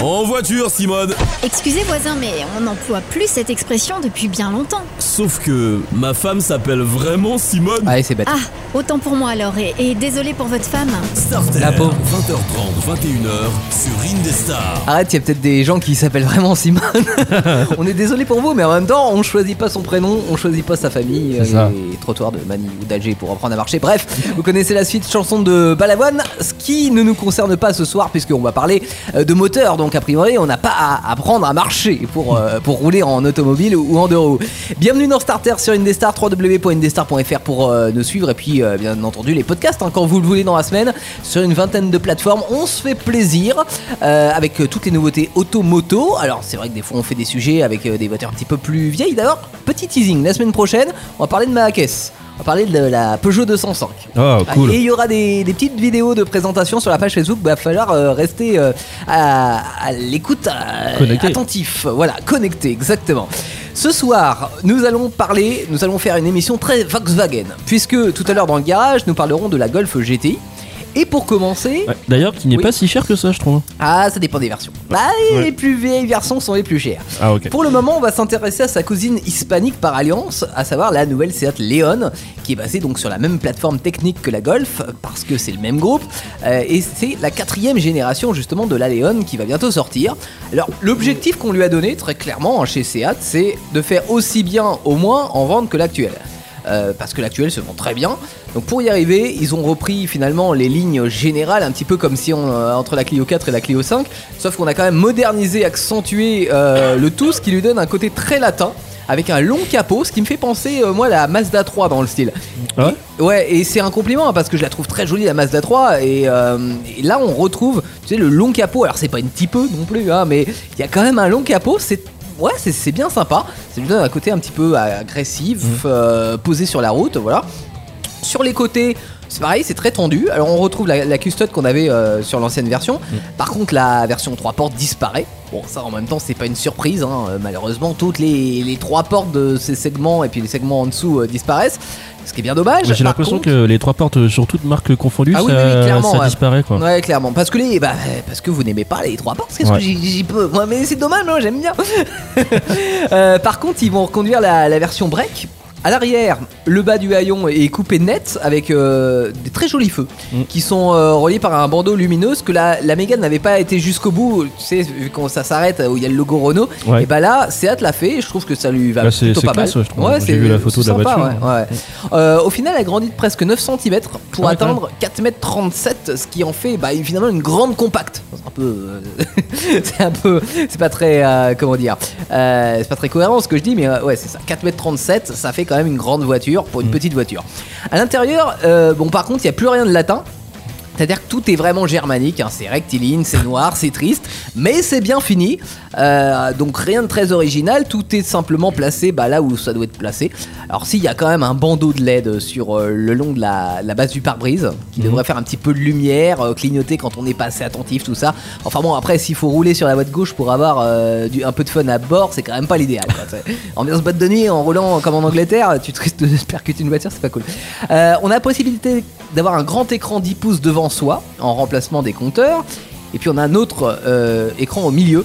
En voiture, Simone Excusez voisin, mais on n'emploie plus cette expression depuis bien longtemps. Sauf que ma femme s'appelle vraiment Simone Allez, c'est bête. Ah, autant pour moi alors, et, et désolé pour votre femme. Starter, La pauvre. 20h30, 21h, sur Indestar. Arrête, il y a peut-être des gens qui s'appellent vraiment Simone. on est désolé pour vous, mais en même temps, on choisit pas son prénom, on choisit pas sa famille C'est ça. et trottoir de Manille ou d'Alger pour apprendre à marcher. Bref, vous connaissez la suite chanson de Balavoine, ce qui ne nous concerne pas ce soir puisqu'on va parler euh, de moteur. Donc a priori, on n'a pas à apprendre à marcher pour euh, pour rouler en automobile ou en deux roues. Bienvenue dans Starter sur Indestar www.indestar.fr pour euh, nous suivre et puis euh, bien entendu les podcasts hein, quand vous le voulez dans la semaine sur une vingtaine de plateformes. On se fait plaisir euh, avec euh, toutes les nouveautés automoto. Alors c'est vrai que des fois on fait des sujets avec euh, des voitures un petit peu plus vieilles. D'abord, petit teasing, la semaine prochaine on va parler de ma caisse. On va parler de la Peugeot 205. Oh, cool. Et il y aura des, des petites vidéos de présentation sur la page Facebook. Il va falloir euh, rester euh, à, à l'écoute, à- Connecté. attentif. Voilà, connecté, exactement. Ce soir, nous allons parler, nous allons faire une émission très Volkswagen, puisque tout à l'heure dans le garage, nous parlerons de la Golf GTI. Et pour commencer, Ouais, D'ailleurs, qui n'est Oui. pas si cher que ça, je trouve. ah, ça dépend des versions. Bah, les Ouais. plus vieilles versions sont les plus chères. Ah, ok. Pour le moment, on va s'intéresser à sa cousine hispanique par alliance, à savoir la nouvelle Seat Leon, qui est basée donc sur la même plateforme technique que la Golf, parce que c'est le même groupe, euh, et c'est la quatrième génération justement de la Leon qui va bientôt sortir. Alors, l'objectif qu'on lui a donné très clairement hein, chez Seat, c'est de faire aussi bien, au moins, en vente que l'actuelle. Euh, parce que l'actuel se vend très bien. Donc pour y arriver, ils ont repris finalement les lignes générales, un petit peu comme si on euh, entre la Clio 4 et la Clio 5, sauf qu'on a quand même modernisé, accentué euh, le tout, ce qui lui donne un côté très latin. Avec un long capot, ce qui me fait penser, euh, moi, à la Mazda 3 dans le style. Ah ouais Ouais, et c'est un compliment hein, parce que je la trouve très jolie la Mazda 3 et, euh, et là on retrouve, tu sais, le long capot. Alors c'est pas une type non plus, hein, mais il y a quand même un long capot. C'est ouais, c'est- c'est bien sympa. Ça lui donne un côté un petit peu euh, agressif, euh, posé sur la route, voilà. Sur les côtés, c'est pareil, c'est très tendu. Alors on retrouve la, la custode qu'on avait euh, sur l'ancienne version. Mm. Par contre, la version 3 portes disparaît. Bon, ça en même temps, c'est pas une surprise. hein. Euh, Malheureusement, toutes les, les 3 portes de ces segments et puis les segments en dessous euh, disparaissent. Ce qui est bien dommage. J'ai Par l'impression contre- que les trois portes euh, sur toutes marques confondues, Ah oui, oui, oui, ça, clairement, ça ouais. disparaît quoi. Ouais, clairement. Parce que les, bah, euh, parce que vous n'aimez pas les trois portes. Qu'est-ce Ouais. que j'y- j'y peux Moi, mais c'est dommage. hein, J'aime bien. Euh, par contre, ils vont reconduire la, la version break. À l'arrière, le bas du haillon est coupé net avec euh, des très jolis feux Mm. qui sont euh, reliés par un bandeau lumineux. Ce que la, la Mégane n'avait pas été jusqu'au bout. Tu sais, vu qu'on ça s'arrête euh, où il y a le logo Renault. Ouais. Et bah là, Seat l'a fait. et Je trouve que ça lui va Là, c'est- plutôt c'est pas classe, mal. ouais, je trouve. J'ai vu la photo c'est de la sympa, voiture. Mm. ouais, ouais. Euh, au final, elle a grandi de presque 9 cm pour Ah ouais, quand atteindre 4,37 m, ce qui en fait bah, finalement une grande compacte. C'est un peu. euh, c'est un peu. C'est pas très. euh, comment dire euh, C'est pas très cohérent ce que je dis, mais euh, ouais, c'est ça. 4,37 m, ça fait quand même une grande voiture pour une petite voiture. À l'intérieur, euh, bon, par contre, il n'y a plus rien de latin. C'est-à-dire que tout est vraiment germanique, hein. c'est rectiligne, c'est noir, c'est triste, mais c'est bien fini. Euh, donc rien de très original, tout est simplement placé bah, là où ça doit être placé. Alors s'il y a quand même un bandeau de LED sur euh, le long de la, la base du pare-brise, qui devrait faire un petit peu de lumière, euh, clignoter quand on n'est pas assez attentif, tout ça. Enfin bon, après s'il faut rouler sur la voie de gauche pour avoir euh, du- un peu de fun à bord, c'est quand même pas l'idéal. quoi. C'est- en bien se boîte de nuit, en roulant comme en Angleterre, tu te risques de percuter une voiture, c'est pas cool. Euh, on a la possibilité d'avoir un grand écran 10 pouces devant soi en remplacement des compteurs. Et puis on a un autre euh, écran au milieu.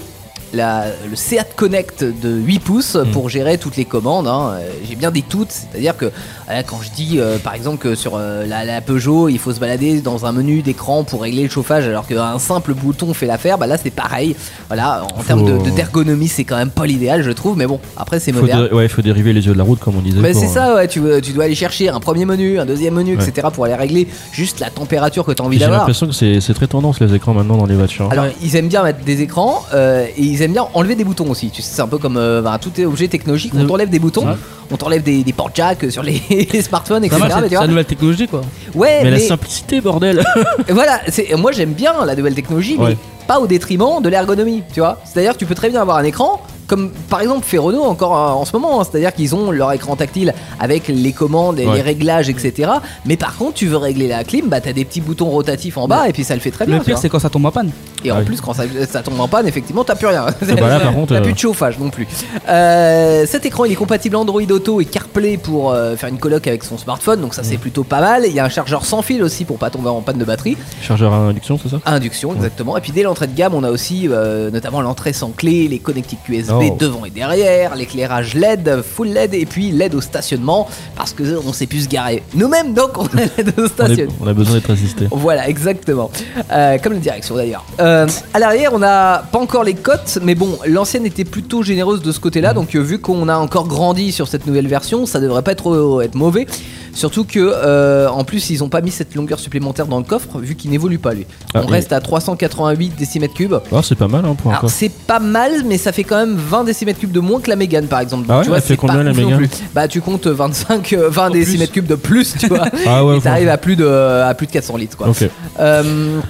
la- le Seat Connect de 8 pouces Mm. pour gérer toutes les commandes. hein. Euh, J'ai bien des toutes, c'est-à-dire que euh, quand je dis euh, par exemple que sur euh, la, la Peugeot il faut se balader dans un menu d'écran pour régler le chauffage alors qu'un simple bouton fait l'affaire, bah là c'est pareil. Voilà, en termes de- de- d'ergonomie c'est quand même pas l'idéal je trouve, mais bon après c'est Faut moderne. dé- ouais, faut dériver les yeux de la route comme on disait. Mais pour, c'est euh, ça, ouais, tu, veux- tu dois aller chercher un premier menu, un deuxième menu, Ouais. etc. pour aller régler juste la température que tu as envie J'ai d'avoir. l'impression que c'est c'est très tendance les écrans maintenant dans les voitures. Alors, ils aiment bien mettre des écrans euh, et ils aiment bien enlever des boutons aussi. Tu sais, c'est un peu comme euh, bah, tout est objet technologique. On Mm. t'enlève des boutons, Ouais. on t'enlève des, des ports jack euh, sur les, les smartphones, Ça etc. marche, mais c'est tu la vois. nouvelle technologie quoi. Ouais, mais, la mais- simplicité, bordel Et voilà, c'est- moi j'aime bien la nouvelle technologie, mais Ouais. pas au détriment de l'ergonomie, tu vois. C'est-à-dire que tu peux très bien avoir un écran, comme par exemple fait Renault encore euh, en ce moment, hein. c'est-à-dire qu'ils ont leur écran tactile avec les commandes et Ouais. les réglages, etc. Mais par contre, tu veux régler la clim, bah t'as des petits boutons rotatifs en bas et puis ça le fait très bien. Le tu pire, vois. c'est quand ça tombe en panne. Et en Ah oui. plus, quand ça, ça tombe en panne, effectivement, t'as plus rien. bah là, par contre, t'as euh, plus de chauffage non plus. Euh, cet écran, il est compatible Android Auto et CarPlay pour euh, faire une coloc avec son smartphone, donc ça Mm. c'est plutôt pas mal. Il y a un chargeur sans fil aussi pour pas tomber en panne de batterie. Chargeur à induction, c'est ça À induction, exactement. Et puis dès l'entrée de gamme, on a aussi euh, notamment l'entrée sans clé, les connectiques USB Oh. devant et derrière, l'éclairage LED, full LED, et puis LED au stationnement parce que euh, on sait plus se garer nous-mêmes, donc on a LED au on, est- stationnement. on a besoin d'être assisté. Voilà, exactement. Euh, comme la direction d'ailleurs. Euh, à l'arrière, on n'a pas encore les cotes, mais bon, l'ancienne était plutôt généreuse de ce côté-là, donc euh, vu qu'on a encore grandi sur cette nouvelle version, ça devrait pas trop être mauvais. Surtout que, euh, en plus, ils ont pas mis cette longueur supplémentaire dans le coffre, vu qu'il n'évolue pas lui. Ah, on et- reste à 388 décimètres cubes. Ah, c'est pas mal hein, pour un Alors coffre. c'est pas mal, mais ça fait quand même 20 décimètres cubes de moins que la Mégane par exemple. Donc, Ah ouais, tu vois, elle fait c'est pas combien, la ouf non Mégane plus. Bah tu comptes 25, euh, 20 décimètres cubes de plus, tu vois. Ah ouais, et t'arrives à plus de à plus de 400 litres quoi. Ok. Euh,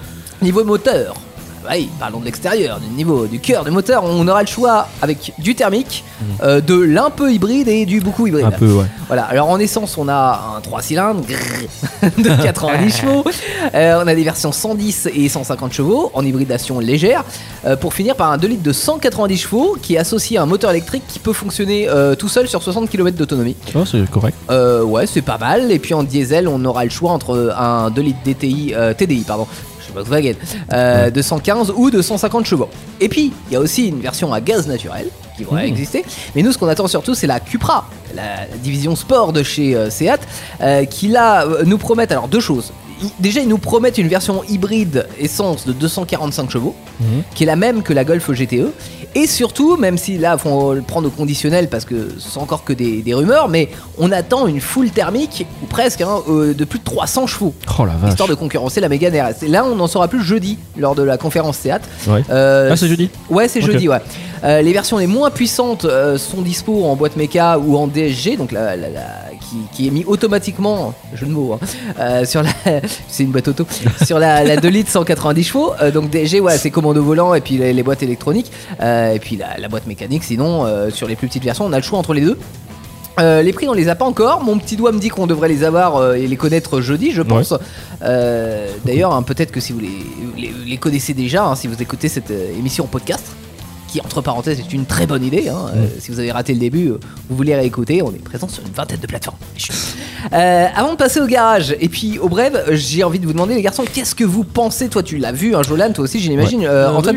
niveau moteur, bah oui, parlons de l'extérieur, du niveau du cœur du moteur, on aura le choix avec du thermique, euh, de l'un peu hybride et du beaucoup hybride. Mhm. Un peu, ouais. Voilà, alors en essence, on a un 3 cylindres grrr, de 90 chevaux, Euh, on a des versions 110 et 150 chevaux en hybridation légère, euh, pour finir par un 2 litres de 190 chevaux qui est associé à un moteur électrique qui peut fonctionner euh, tout seul sur 60 km d'autonomie. Oh, c'est correct. Euh, ouais, c'est pas mal. Et puis en diesel, on aura le choix entre un 2 litres DTI, euh, TDI, pardon, chez Volkswagen, euh, de 115 ou de 150 chevaux. Et puis, il y a aussi une version à gaz naturel qui pourrait exister. Mais nous, ce qu'on attend surtout, c'est la Cupra, la division sport de chez euh, Seat, euh, qui là euh, nous promettent alors deux choses. Ils- Déjà, ils nous promettent une version hybride essence de 245 chevaux qui est la même que la Golf GTE. Et surtout, même si là, faut le prendre au conditionnel parce que ce sont encore que des, des rumeurs, mais on attend une full thermique, ou presque, hein, euh, de plus de 300 chevaux, Oh la vache. histoire de concurrencer la Mégane RS. Et là, on en saura plus jeudi, lors de la conférence Seat. Ouais. Euh, Ah, c'est jeudi Ouais, c'est Ok. jeudi, ouais. Euh, les versions les moins puissantes euh, sont dispo en boîte méca ou en DSG, donc la, la- la- qui, qui est mis automatiquement, jeu de mots, hein, euh, sur la, c'est une boîte auto, sur la, la 2 litres 190 chevaux. Euh, donc DSG, ouais, c'est commando volant et puis les, les boîtes électroniques euh, et puis la, la boîte mécanique. Sinon, euh, sur les plus petites versions, on a le choix entre les deux. Euh, les prix, on les a pas encore. Mon petit doigt me dit qu'on devrait les avoir euh, et les connaître jeudi, je pense. Euh, D'ailleurs, hein, peut-être que si vous les, les- les connaissez déjà, hein, si vous écoutez cette euh, émission en podcast, qui entre parenthèses est une très bonne idée. hein, euh, si vous avez raté le début, euh, vous voulez réécouter, on est présent sur une vingtaine de plateformes. Chut. Euh, avant de passer au garage et puis au bref, euh, j'ai envie de vous demander, les garçons, qu'est-ce que vous pensez Toi, tu l'as vu, hein, Jolan, toi aussi, j'imagine. Euh, Antoine,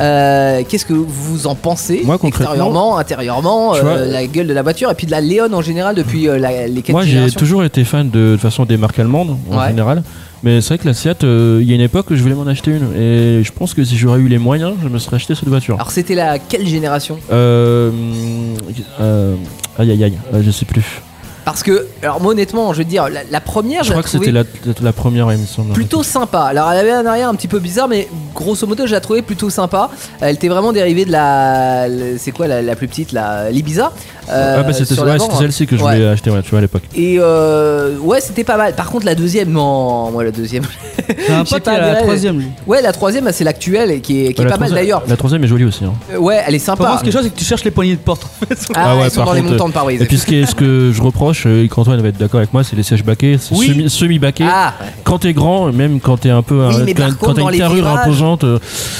euh, qu'est-ce que vous en pensez Moi, concrètement, extérieurement, intérieurement, tu euh, vois, la gueule de la voiture et puis de la Léon en général depuis euh, la- les quelques Moi, j'ai générations toujours été fan de, de façon des marques allemandes en Ouais. général. Mais c'est vrai que la Seat, euh, il y a une époque, je voulais m'en acheter une. Et je pense que si j'aurais eu les moyens, je me serais acheté cette voiture. Alors, c'était la quelle génération Euh, euh, aïe aïe aïe, euh, je sais plus. Parce que, alors moi, honnêtement, je veux dire, la, la première, Je je la crois que trouvais c'était la, la première émission. plutôt sympa. Alors, elle avait un arrière un petit peu bizarre, mais grosso modo, je la trouvais plutôt sympa. Elle était vraiment dérivée de la. la- C'est quoi la, la plus petite La l'Ibiza euh, ah bah c'était sur ouais, l'avant, c'était hein. celle-ci que je Ouais. voulais euh. acheter ouais, tu vois à l'époque. Et euh, ouais, c'était pas mal. Par contre, la deuxième, non, moi, la deuxième. T'as un J'ai pote qui pas a la adhéré. troisième, lui. Ouais, la troisième, c'est l'actuelle et qui est, qui est Ouais, la pas mal troisième- d'ailleurs. La troisième est jolie aussi. hein. Euh, Ouais, elle est Par sympa. contre, ce qui est chaud, c'est que tu cherches les poignées de porte. en fait. Ah, Ah ouais, ils sont par dans les contre, montants de Paris. Et puis ce, qui est- ce que je reproche, euh, et qu'Antoine va être d'accord avec moi, c'est les sièges baquets, c'est Oui. semi, semi-baquets. ah, Quand t'es grand, même quand t'es un peu, Oui, un- mais quand, par quand contre, t'as dans une les carrure virages- imposante, euh,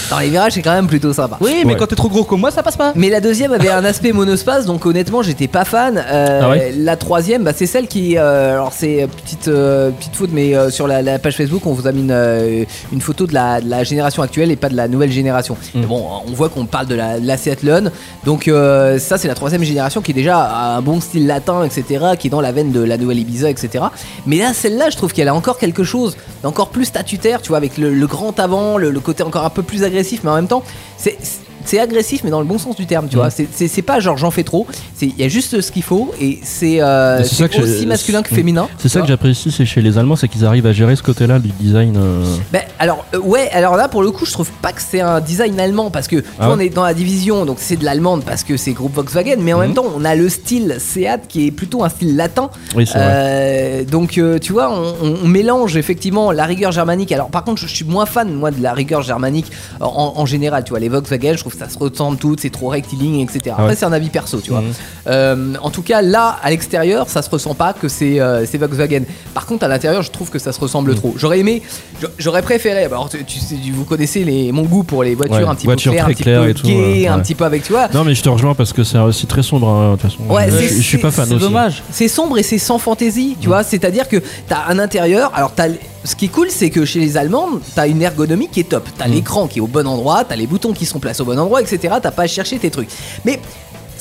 dans les virages, c'est quand même plutôt sympa. Oui, mais Ouais. quand t'es trop gros comme moi, ça passe pas. Mais la deuxième avait un aspect monospace, donc honnêtement, j'étais pas fan. Euh, Ah ouais la troisième, bah, c'est celle qui. euh, alors, c'est euh, petite, euh, petite faute, mais euh, sur la, la page Facebook, on vous a mis une, euh, une photo de la, de la génération actuelle et pas de la nouvelle génération. Hmm. Mais bon, on voit qu'on parle de la, de la Seat Leon. Donc, euh, ça, c'est la troisième génération qui est déjà a un bon style latin, etc., qui est dans la veine de la nouvelle Ibiza, etc. Mais là, celle-là, je trouve qu'elle a encore quelque chose d'encore plus statutaire, tu vois, avec le, le grand avant, le, le côté encore un peu plus agressif, mais en même temps, c'est. c'est- c'est agressif mais dans le bon sens du terme tu Mm. vois C'est- c'est c'est pas genre j'en fais trop c'est il y a juste ce qu'il faut et c'est euh, Et c'est c'est ça que aussi j'ai- masculin que c'est- féminin c'est ça que j'apprécie c'est chez les Allemands, c'est qu'ils arrivent à gérer ce côté-là du design. euh, Ben, alors euh, ouais alors là pour le coup je trouve pas que c'est un design allemand parce que tu Ah vois, on ouais Mm. est dans la division donc c'est de l'allemande parce que c'est groupe Volkswagen mais en même temps on a le style Seat qui est plutôt un style latin Oui, c'est vrai. Euh, donc euh, tu vois on, on- on mélange effectivement la rigueur germanique alors par contre je, je suis moins fan moi de la rigueur germanique en, en général tu vois les Volkswagen je trouve ça se ressemble toutes, c'est trop rectiligne, etc. Après, Ah ouais. c'est un avis perso, tu vois. Mhm. Euh, en tout cas, là, à l'extérieur, ça se ressent pas que c'est euh, c'est Volkswagen. Par contre, à l'intérieur, je trouve que ça se Mmh. ressemble trop. J'aurais aimé, j'a- j'aurais préféré. bah, Alors, tu, tu sais, vous connaissez les, mon goût pour les voitures Ouais, un petit voitures peu claires, très un petit claires peu et tout, gaies, euh, un ouais. petit peu avec, tu vois. Non, mais je te rejoins parce que c'est aussi très sombre, hein, de toute façon. Ouais, Je- c'est- je, je suis pas fan c'est aussi. dommage. C'est sombre et c'est sans fantaisie, tu vois. C'est-à-dire que t'as un intérieur. Alors, t'as l- ce qui est cool, c'est que chez les Allemands, t'as une ergonomie qui est top. Mm. T'as l'écran qui est au bon endroit, t'as les boutons qui sont placés au bon endroit, etc. T'as pas à chercher tes trucs. Mais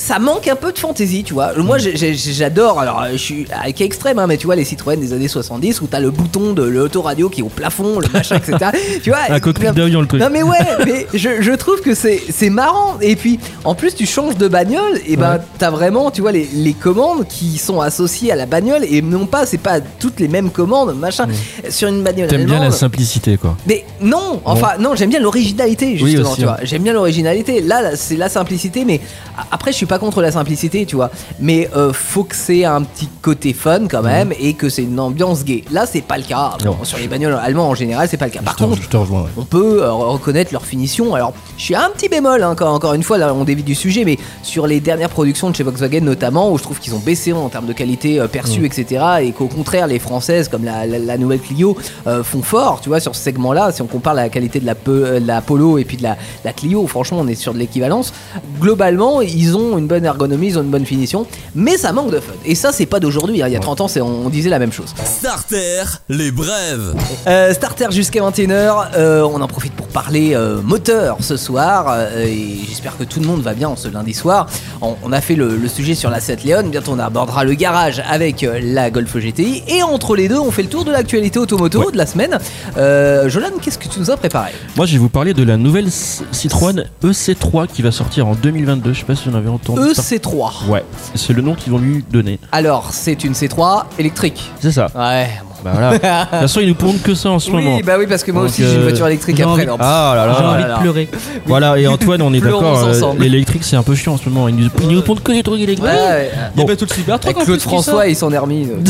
ça manque un peu de fantaisie, tu vois. Mm. Moi, j'ai- j'ai- j'adore. Alors, euh, je suis à cas extrême, hein, mais tu vois, les Citroën des années 70 où t'as le bouton de l'autoradio qui est au plafond, le machin, etc. Tu vois, Un cockpit plein- d'avion, le truc. non mais ouais, mais je, je trouve que c'est c'est marrant. Et puis en plus tu changes de bagnole, et ben t'as vraiment tu vois les, les commandes qui sont associées à la bagnole et non pas c'est pas toutes les mêmes commandes machin sur une bagnole T'aimes bien la allemande. simplicité, quoi. mais non, enfin non, j'aime bien l'originalité justement, aussi, tu vois. ouais. J'aime bien l'originalité. Là, là, c'est la simplicité, mais a- après je suis pas contre la simplicité, tu vois. Mais euh, faut que c'est un petit côté fun quand même et que c'est une ambiance gay. Là, c'est pas le cas. Non. Bon, sur les bagnoles allemandes en général, c'est pas le cas. Par Je te- contre, je te rejoins. ouais. on peut euh, reconnaître leur finition. Alors, je suis un petit bémol, hein, quand- encore une fois, là on dévie du sujet, mais sur les dernières productions de chez Volkswagen notamment, où je trouve qu'ils ont baissé en termes de qualité euh, perçue, etc., et qu'au contraire, les françaises, comme la, la- la nouvelle Clio, euh, font fort, tu vois, sur ce segment-là. Si on compare la qualité de la, Pe- euh, de la Polo et puis de la, la Clio, franchement, on est sur de l'équivalence. Globalement, ils ont une bonne ergonomie, ils ont une bonne finition, mais ça manque de fun. Et ça, c'est pas d'aujourd'hui. hein. Il y a 30 ans, c'est- on- on disait la même chose. Starter, les brèves. Euh, starter jusqu'à 21h, euh, on en profite pour parler euh, moteur ce soir euh, et j'espère que tout le monde va bien en ce lundi soir. On, on a fait le, le sujet sur la 7 Léon, bientôt on abordera le garage avec euh, la Golf GTI et entre les deux on fait le tour de l'actualité automoto de la semaine. Euh, Jolan, qu'est-ce que tu nous as préparé Moi, je vais vous parler de la nouvelle C- Citroën EC3 qui va sortir en 2022. Je sais pas si vous en avez entendu parler. EC3. Ouais, c'est le nom qu'ils vont lui donner. E Alors c'est une C3 électrique. C'est ça. Ouais. Bah voilà. De toute façon, ils nous pondent que ça en ce moment. Oui, bah oui parce que moi Donc, aussi j'ai une euh, voiture électrique j'ai après. envie- non. Ah là J'ai là. envie là. de pleurer. Voilà, et Antoine, on est Pleurons d'accord. euh, ensemble. L'électrique, c'est un peu chiant en ce moment. Ils nous, ils nous pondent que des trucs électriques. Ouais, ouais. Il y Bon. avait tout le cybertruck Avec en Claude plus qui sort. François, il s'en est remis. euh.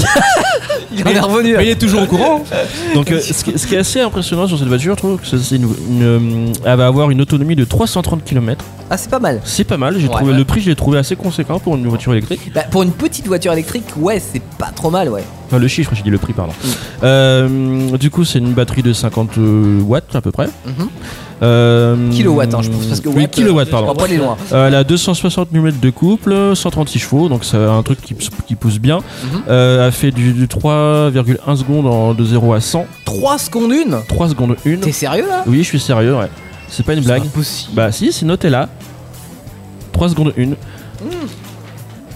il en est revenu. Mais il est toujours au courant. Donc, euh, ce, qui, ce qui est assez impressionnant sur cette voiture, je trouve que c'est- c'est une, une, euh, elle va avoir une autonomie de 330 km. Ah c'est pas mal. C'est pas mal. J'ai Ouais. trouvé le prix, je l'ai trouvé assez conséquent pour une voiture électrique. Bah, pour une petite voiture électrique, ouais, c'est pas trop mal, ouais. Enfin, le chiffre, j'ai dit le prix, pardon. Mm. Euh, du coup, c'est une batterie de 50 watts à peu près. Mhm. Euh, Kilowatts, hein, je pense, parce que oui, watt, kilowatts, euh, pardon. On va pas aller loin. Euh, elle a 260 mm de couple, 136 chevaux, donc c'est un truc qui, qui pousse bien. Mhm. Euh, elle fait du, du 3,1 secondes en, de 0 à 100, 3 secondes une 3 secondes 1. T'es sérieux là Oui, je suis sérieux, ouais. C'est pas une blague. Impossible. Bah si, c'est noté là. 3 secondes 1.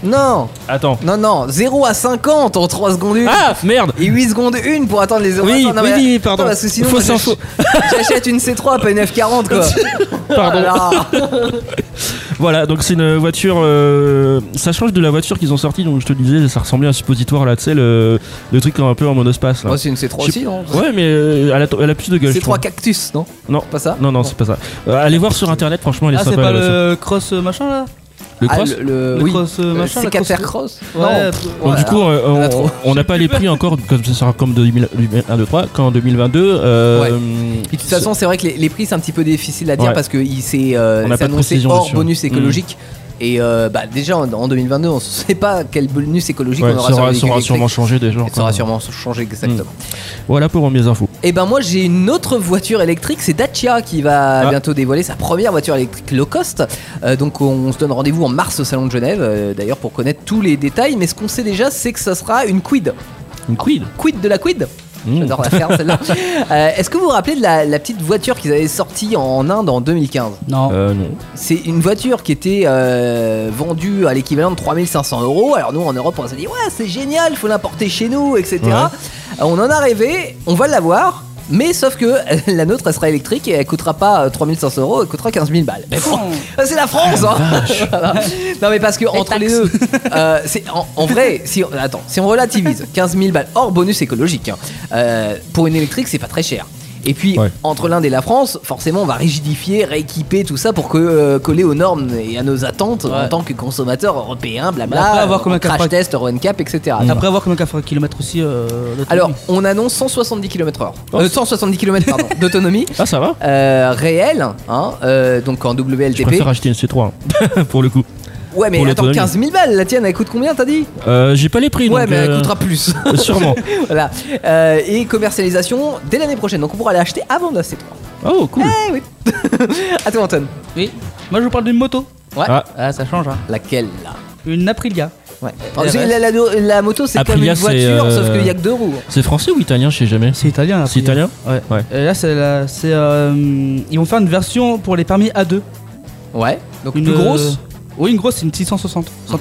Non, Attends. non, non, 0 à 50 en 3 secondes une. Ah merde Et 8 secondes une pour atteindre les 0 Oui, à 100. Non, oui, mais- oui, pardon. Attends, parce que sinon, Fausse moi, info. j'ach- J'achète une C3, pas une F40, quoi. Ah Pardon. Voilà. Voilà, donc c'est une voiture. euh, ça change de la voiture qu'ils ont sortie, donc je te disais, ça ressemblait à un suppositoire là, tu sais, le, le truc un peu en monospace là. Moi, c'est une C3 Je- aussi, non Ouais, mais euh, elle, a, elle a plus de gueule. je C3 trouve. Cactus, non Non. Pas ça Non, non, c'est pas ça. Euh, allez voir sur internet, franchement, elle est Ah, c'est sympa. pas la voiture. le cross euh, machin là Le Ah, cross le, le- Le oui. cross euh, Euh, machin la C4R cross- Cross Ouais, Non. pff, Donc Voilà. du coup, euh, en ah, a on- trop. on n'a pas les prix encore, comme ça sera comme 2000, 1, 2, 3, qu'en 2022. euh, hum, Ouais. Puis, de toute façon, c'est vrai que les, les prix, c'est un petit peu difficile à dire Ouais. parce que il s'est euh, On n'a pas de annoncé précision hors dessus, hein. Mm. bonus écologique. Et euh, bah, déjà, en, en 2022, on ne sait pas quel bonus écologique ouais, on aura ça sur aura, les ça aura véhicules sûrement électriques. changé Mm. déjà. Ça aura sûrement changé exactement. Voilà pour mes infos. Et ben moi j'ai une autre voiture électrique, c'est Dacia qui va Ah. bientôt dévoiler sa première voiture électrique low cost. Euh, donc on se donne rendez-vous en mars au salon de Genève, euh, d'ailleurs pour connaître tous les détails. Mais ce qu'on sait déjà, c'est que ça sera une Quid. Une Ah. quid Quid de la Quid. Mmh. J'adore la faire celle-là. Euh, Est-ce que vous vous rappelez de la, la petite voiture qu'ils avaient sortie en Inde en 2015 Non. Euh, non. C'est une voiture qui était euh, vendue à l'équivalent de 3500 euros. Alors nous en Europe on s'est dit ouais c'est génial, faut l'importer chez nous, etc. Ouais. Euh, On en a rêvé, on va l'avoir. Mais sauf que la nôtre elle sera électrique et elle coûtera pas euh, 3500 euros, elle coûtera 15 000 balles. Mais bon, Euh, c'est la France hein Voilà. Non mais parce que entre les deux, euh, c'est- en, en vrai, si on, attends, si on relativise 15 000 balles hors bonus écologique, hein, euh, pour une électrique c'est pas très cher. Et puis, Ouais. entre l'Inde et la France, forcément, on va rigidifier, rééquiper tout ça pour que euh, coller aux normes et à nos attentes en Ouais. tant que consommateurs européens, blabla. Après avoir comme un crash café- test, Euro NCAP, etc. Après avoir comme un café kilomètre aussi. euh, l'autonomie. Alors, on annonce 170 km/h. Oh, Euh, c'est- 170 km pardon, d'autonomie. Ah, ça va euh, réelle, hein, euh, donc en Je WLTP. préfère acheter une C3 hein, pour le coup. Ouais, mais pour attends, l'autonomie. 15 000 balles, la tienne, elle coûte combien, t'as dit Euh, J'ai pas les prix, Ouais, donc. mais elle euh, coûtera plus. Sûrement. voilà. Euh, et commercialisation dès l'année prochaine. Donc on pourra l'acheter avant de la C3. Oh, cool. Eh oui. à toi, Anton. Oui. Moi, je vous parle d'une moto. Ouais. Ah. Ah, ça change, hein. Laquelle là Une Aprilia. Ouais. Elle Parce que reste. La, la- la moto, c'est comme Aprilia, une c'est, voiture, euh, sauf qu'il y a que deux roues. C'est français ou italien, je sais jamais. C'est italien, C'est l'Aprilia. italien Ouais. Ouais. Et là, c'est la- c'est, euh, ils vont faire une version pour les permis A2. Ouais. Donc Une euh, euh, plus grosse. Mhm. Oui, une grosse, c'est une 660 cm3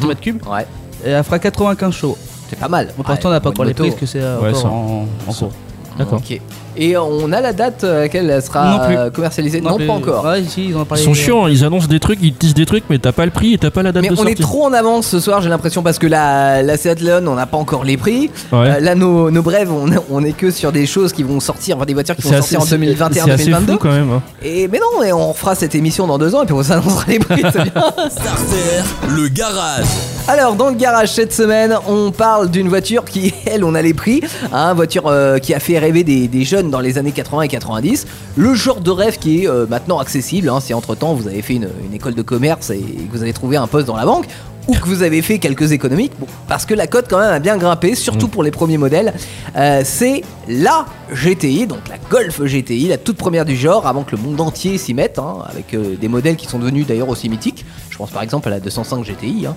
Ouais. et elle fera 95 chevaux. C'est pas mal. Bon, Ah, Ouais, pour l'instant, on n'a pas bonne encore les moto. prises que c'est euh, Ouais, encore ça. en, en Ça. cours. D'accord. Ok. Et on a la date à laquelle elle sera Non plus. euh, commercialisée Non, plus- pas encore. Ouais, si, ils en ont Ils parlé. sont chiants, ils annoncent des trucs, ils disent des trucs, mais t'as pas le prix et t'as pas la date Mais de on sortie. est trop en avance ce soir, j'ai l'impression, parce que la, la Seat Leon, on n'a pas encore les prix. Ouais. Euh, là, nos, nos brèves, on, on est que sur des choses qui vont sortir, enfin des voitures qui vont C'est assez, sortir en c'est- c'est assez fou 2021-2022. quand même. hein. Et mais non, et on refera cette émission dans deux ans et puis on s'annoncera les prix. c'est bien. Starter, le garage. Alors, dans le garage cette semaine, on parle d'une voiture qui, elle, on a les prix. Hein, voiture euh, qui a fait rêver des, des jeunes dans les années 80 et 90. Le genre de rêve qui est euh, maintenant accessible. hein, si entre temps vous avez fait une, une école de commerce et que vous avez trouvé un poste dans la banque. Ou que vous avez fait quelques économiques, bon, parce que la cote quand même a bien grimpé, surtout pour les premiers modèles. Euh, c'est la GTI, donc la Golf GTI, la toute première du genre, avant que le monde entier s'y mette, hein, avec euh, des modèles qui sont devenus d'ailleurs aussi mythiques. Je pense par exemple à la 205 GTI. hein.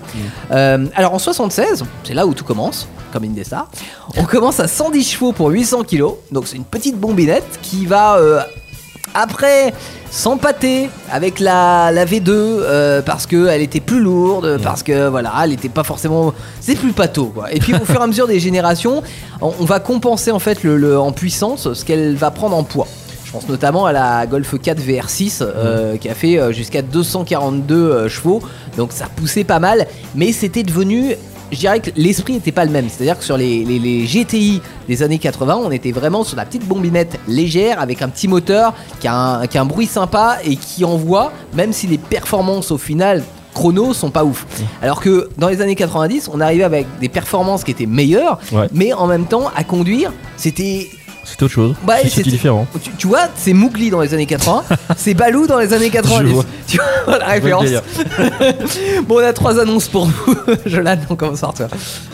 Euh, alors en 76, c'est là où tout commence, comme Indesa, on commence à 110 chevaux pour 800 kg, donc c'est une petite bombinette qui va euh, après s'empâter avec la, la V2 euh, parce qu'elle était plus lourde, parce que voilà, elle était pas forcément. C'est plus pâteau quoi. Et puis au fur et à mesure des générations, on, on va compenser en fait le, le- en puissance ce qu'elle va prendre en poids. Je pense notamment à la Golf 4 VR6 euh, qui a fait euh, jusqu'à 242 euh, chevaux, donc ça poussait pas mal, mais c'était devenu je dirais que l'esprit n'était pas le même. C'est-à-dire que sur les, les- les GTI des années 80, on était vraiment sur la petite bombinette légère avec un petit moteur qui a un, qui a un bruit sympa et qui envoie, même si les performances au final chrono sont pas ouf. Alors que dans les années 90, on arrivait avec des performances qui étaient meilleures, Ouais. mais en même temps, à conduire, c'était C'est autre chose. bah, C'est- c'était- C'était différent. Tu, tu vois, c'est Mowgli dans les années 80, c'est Balou dans les années 90. Je vois. Tu vois la Je vois le référence délire. Bon, on a trois annonces pour vous. Jolan, on commence par toi.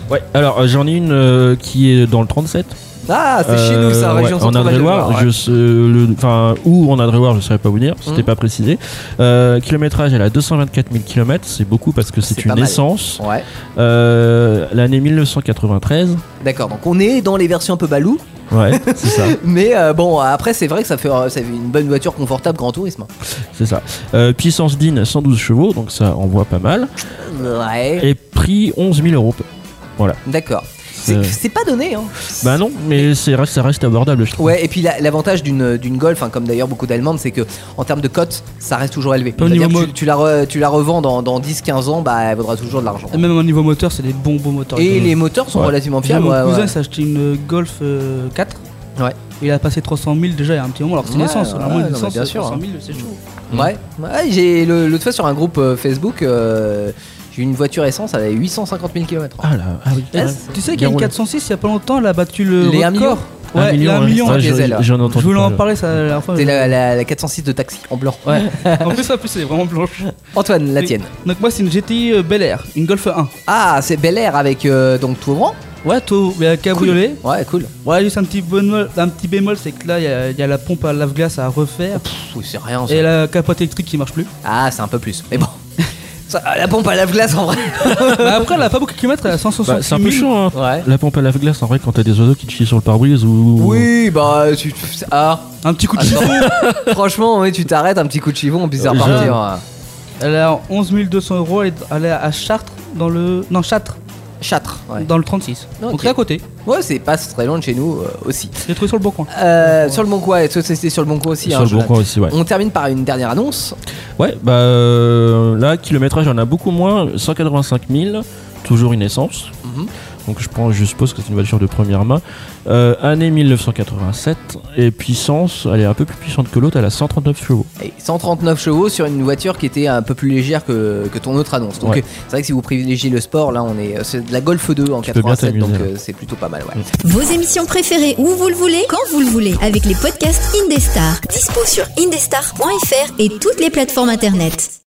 Ouais. Alors euh, j'en ai une euh, qui est dans le 37. Ah, c'est chez Euh, nous, ça, ouais, région En Indre-et-Loire, Centre-Val de Loire, je sais- le- enfin, où en Indre-et-Loire, je saurais pas vous dire, c'était Mhm. pas précisé. Euh, kilométrage, elle a 224 000 km, c'est beaucoup parce que c'est C'est une pas mal. essence. ouais. Ouais, Euh, L'année 1993. d'accord. Donc on est dans les versions un peu balou, Ouais, c'est ça, mais euh, bon, après c'est vrai que ça fait, euh, ça fait une bonne voiture confortable Grand Tourisme. c'est ça. Euh, puissance DIN 112 chevaux, donc ça envoie pas mal. Ouais, Et prix 11 000 euros. d'accord. Euh, C'est c'est pas donné, hein. Bah non, mais c'est vrai que ça reste abordable, je trouve. Ouais, et puis la- l'avantage d'une d'une Golf, hein, comme d'ailleurs beaucoup d'Allemandes, c'est que en termes de cote, ça reste toujours élevé. au C'est-à-dire niveau que mode. tu, tu la re- tu la revends dans, dans 10-15 ans, bah elle vaudra toujours de l'argent. Et même au niveau moteur, c'est des bons beaux moteurs. Et les moteurs sont Ouais. relativement Déjà, fiables. mon ouais, cousin ouais. s'est acheté une Golf euh, 4. Ouais. Il a passé 300 000 déjà il y a un petit moment. Alors que c'est une Ouais, ouais, essence. Normalement, non, une mais essence, bien sûr, hein. 300 000, c'est chaud. Ouais, Ouais, j'ai le- l'autre fois sur un groupe euh, Facebook, euh, j'ai eu une voiture essence, elle avait 850 000 km. Ah là, ah oui. Ouais. Tu sais qu'il y Bien a une roulé. 406 il y a pas longtemps, elle a battu le. Mmh. Les 1 record. million Ouais, les 1 ouais. million. Ouais, en je- diesel. J'en ai Je entendu voulais en parler. parler ça, la dernière fois. C'est la, la- la 406 de taxi en blanc. Ouais. en plus, en plus, c'est vraiment blanche. Antoine, la tienne. Donc, moi, c'est une GTI euh, Bel Air, une Golf 1. Ah, c'est Bel Air avec euh, donc tout grand. Ouais, tout, mais un cabriolet. Ouais, cool. Ouais, juste un petit bémol, un petit bémol c'est que là, il y a- il y, a la pompe à lave-glace à refaire Pff, oui, c'est rien. Oh, ça. et la capote électrique qui marche plus. Ah, c'est un peu plus. Mais bon, Ça, la pompe à lave-glace en vrai. Mais Bah, après, elle a pas beaucoup de kilomètres, elle a 160 Bah, c'est un peu 000. chaud, hein. Ouais. La pompe à lave glace, en vrai, quand t'as des oiseaux qui te chient sur le pare-brise ou. Oui, bah tu tu- ah. Un petit coup de Attends. chiffon. Franchement, ouais, tu t'arrêtes un petit coup de chivon, puis c'est Euh, reparti. je- hein. Elle est à 11 200 euros, elle est- elle est à Chartres, dans le. Non, Châtres, Châtre. Ouais, dans le 36. Ok. Donc, c'est à côté. Ouais, c'est pas très loin de chez nous euh, aussi. J'ai trouvé sur le bon coin. Euh, Sur le bon coin, c'était sur le bon coin aussi. Sur hein, le bon Jonathan. coin aussi, ouais. On termine par une dernière annonce. Ouais, bah euh, là, kilométrage, on a beaucoup moins, 185 000, toujours une essence. Mhm. Donc je, prends, je suppose que c'est une voiture de première main. Euh, année 1987. Et puissance, elle est un peu plus puissante que l'autre, elle a 139 chevaux. Et 139 chevaux sur une voiture qui était un peu plus légère que, que ton autre annonce. Donc Ouais. euh, c'est vrai que si vous privilégiez le sport, là on est euh, c'est de la Golf 2 en Tu peux bien 87, donc t'amuser, euh, c'est plutôt pas mal. Ouais. Vos émissions préférées où vous le voulez, quand vous le voulez, avec les podcasts Indestar. Dispo sur indestar.fr et toutes les plateformes internet.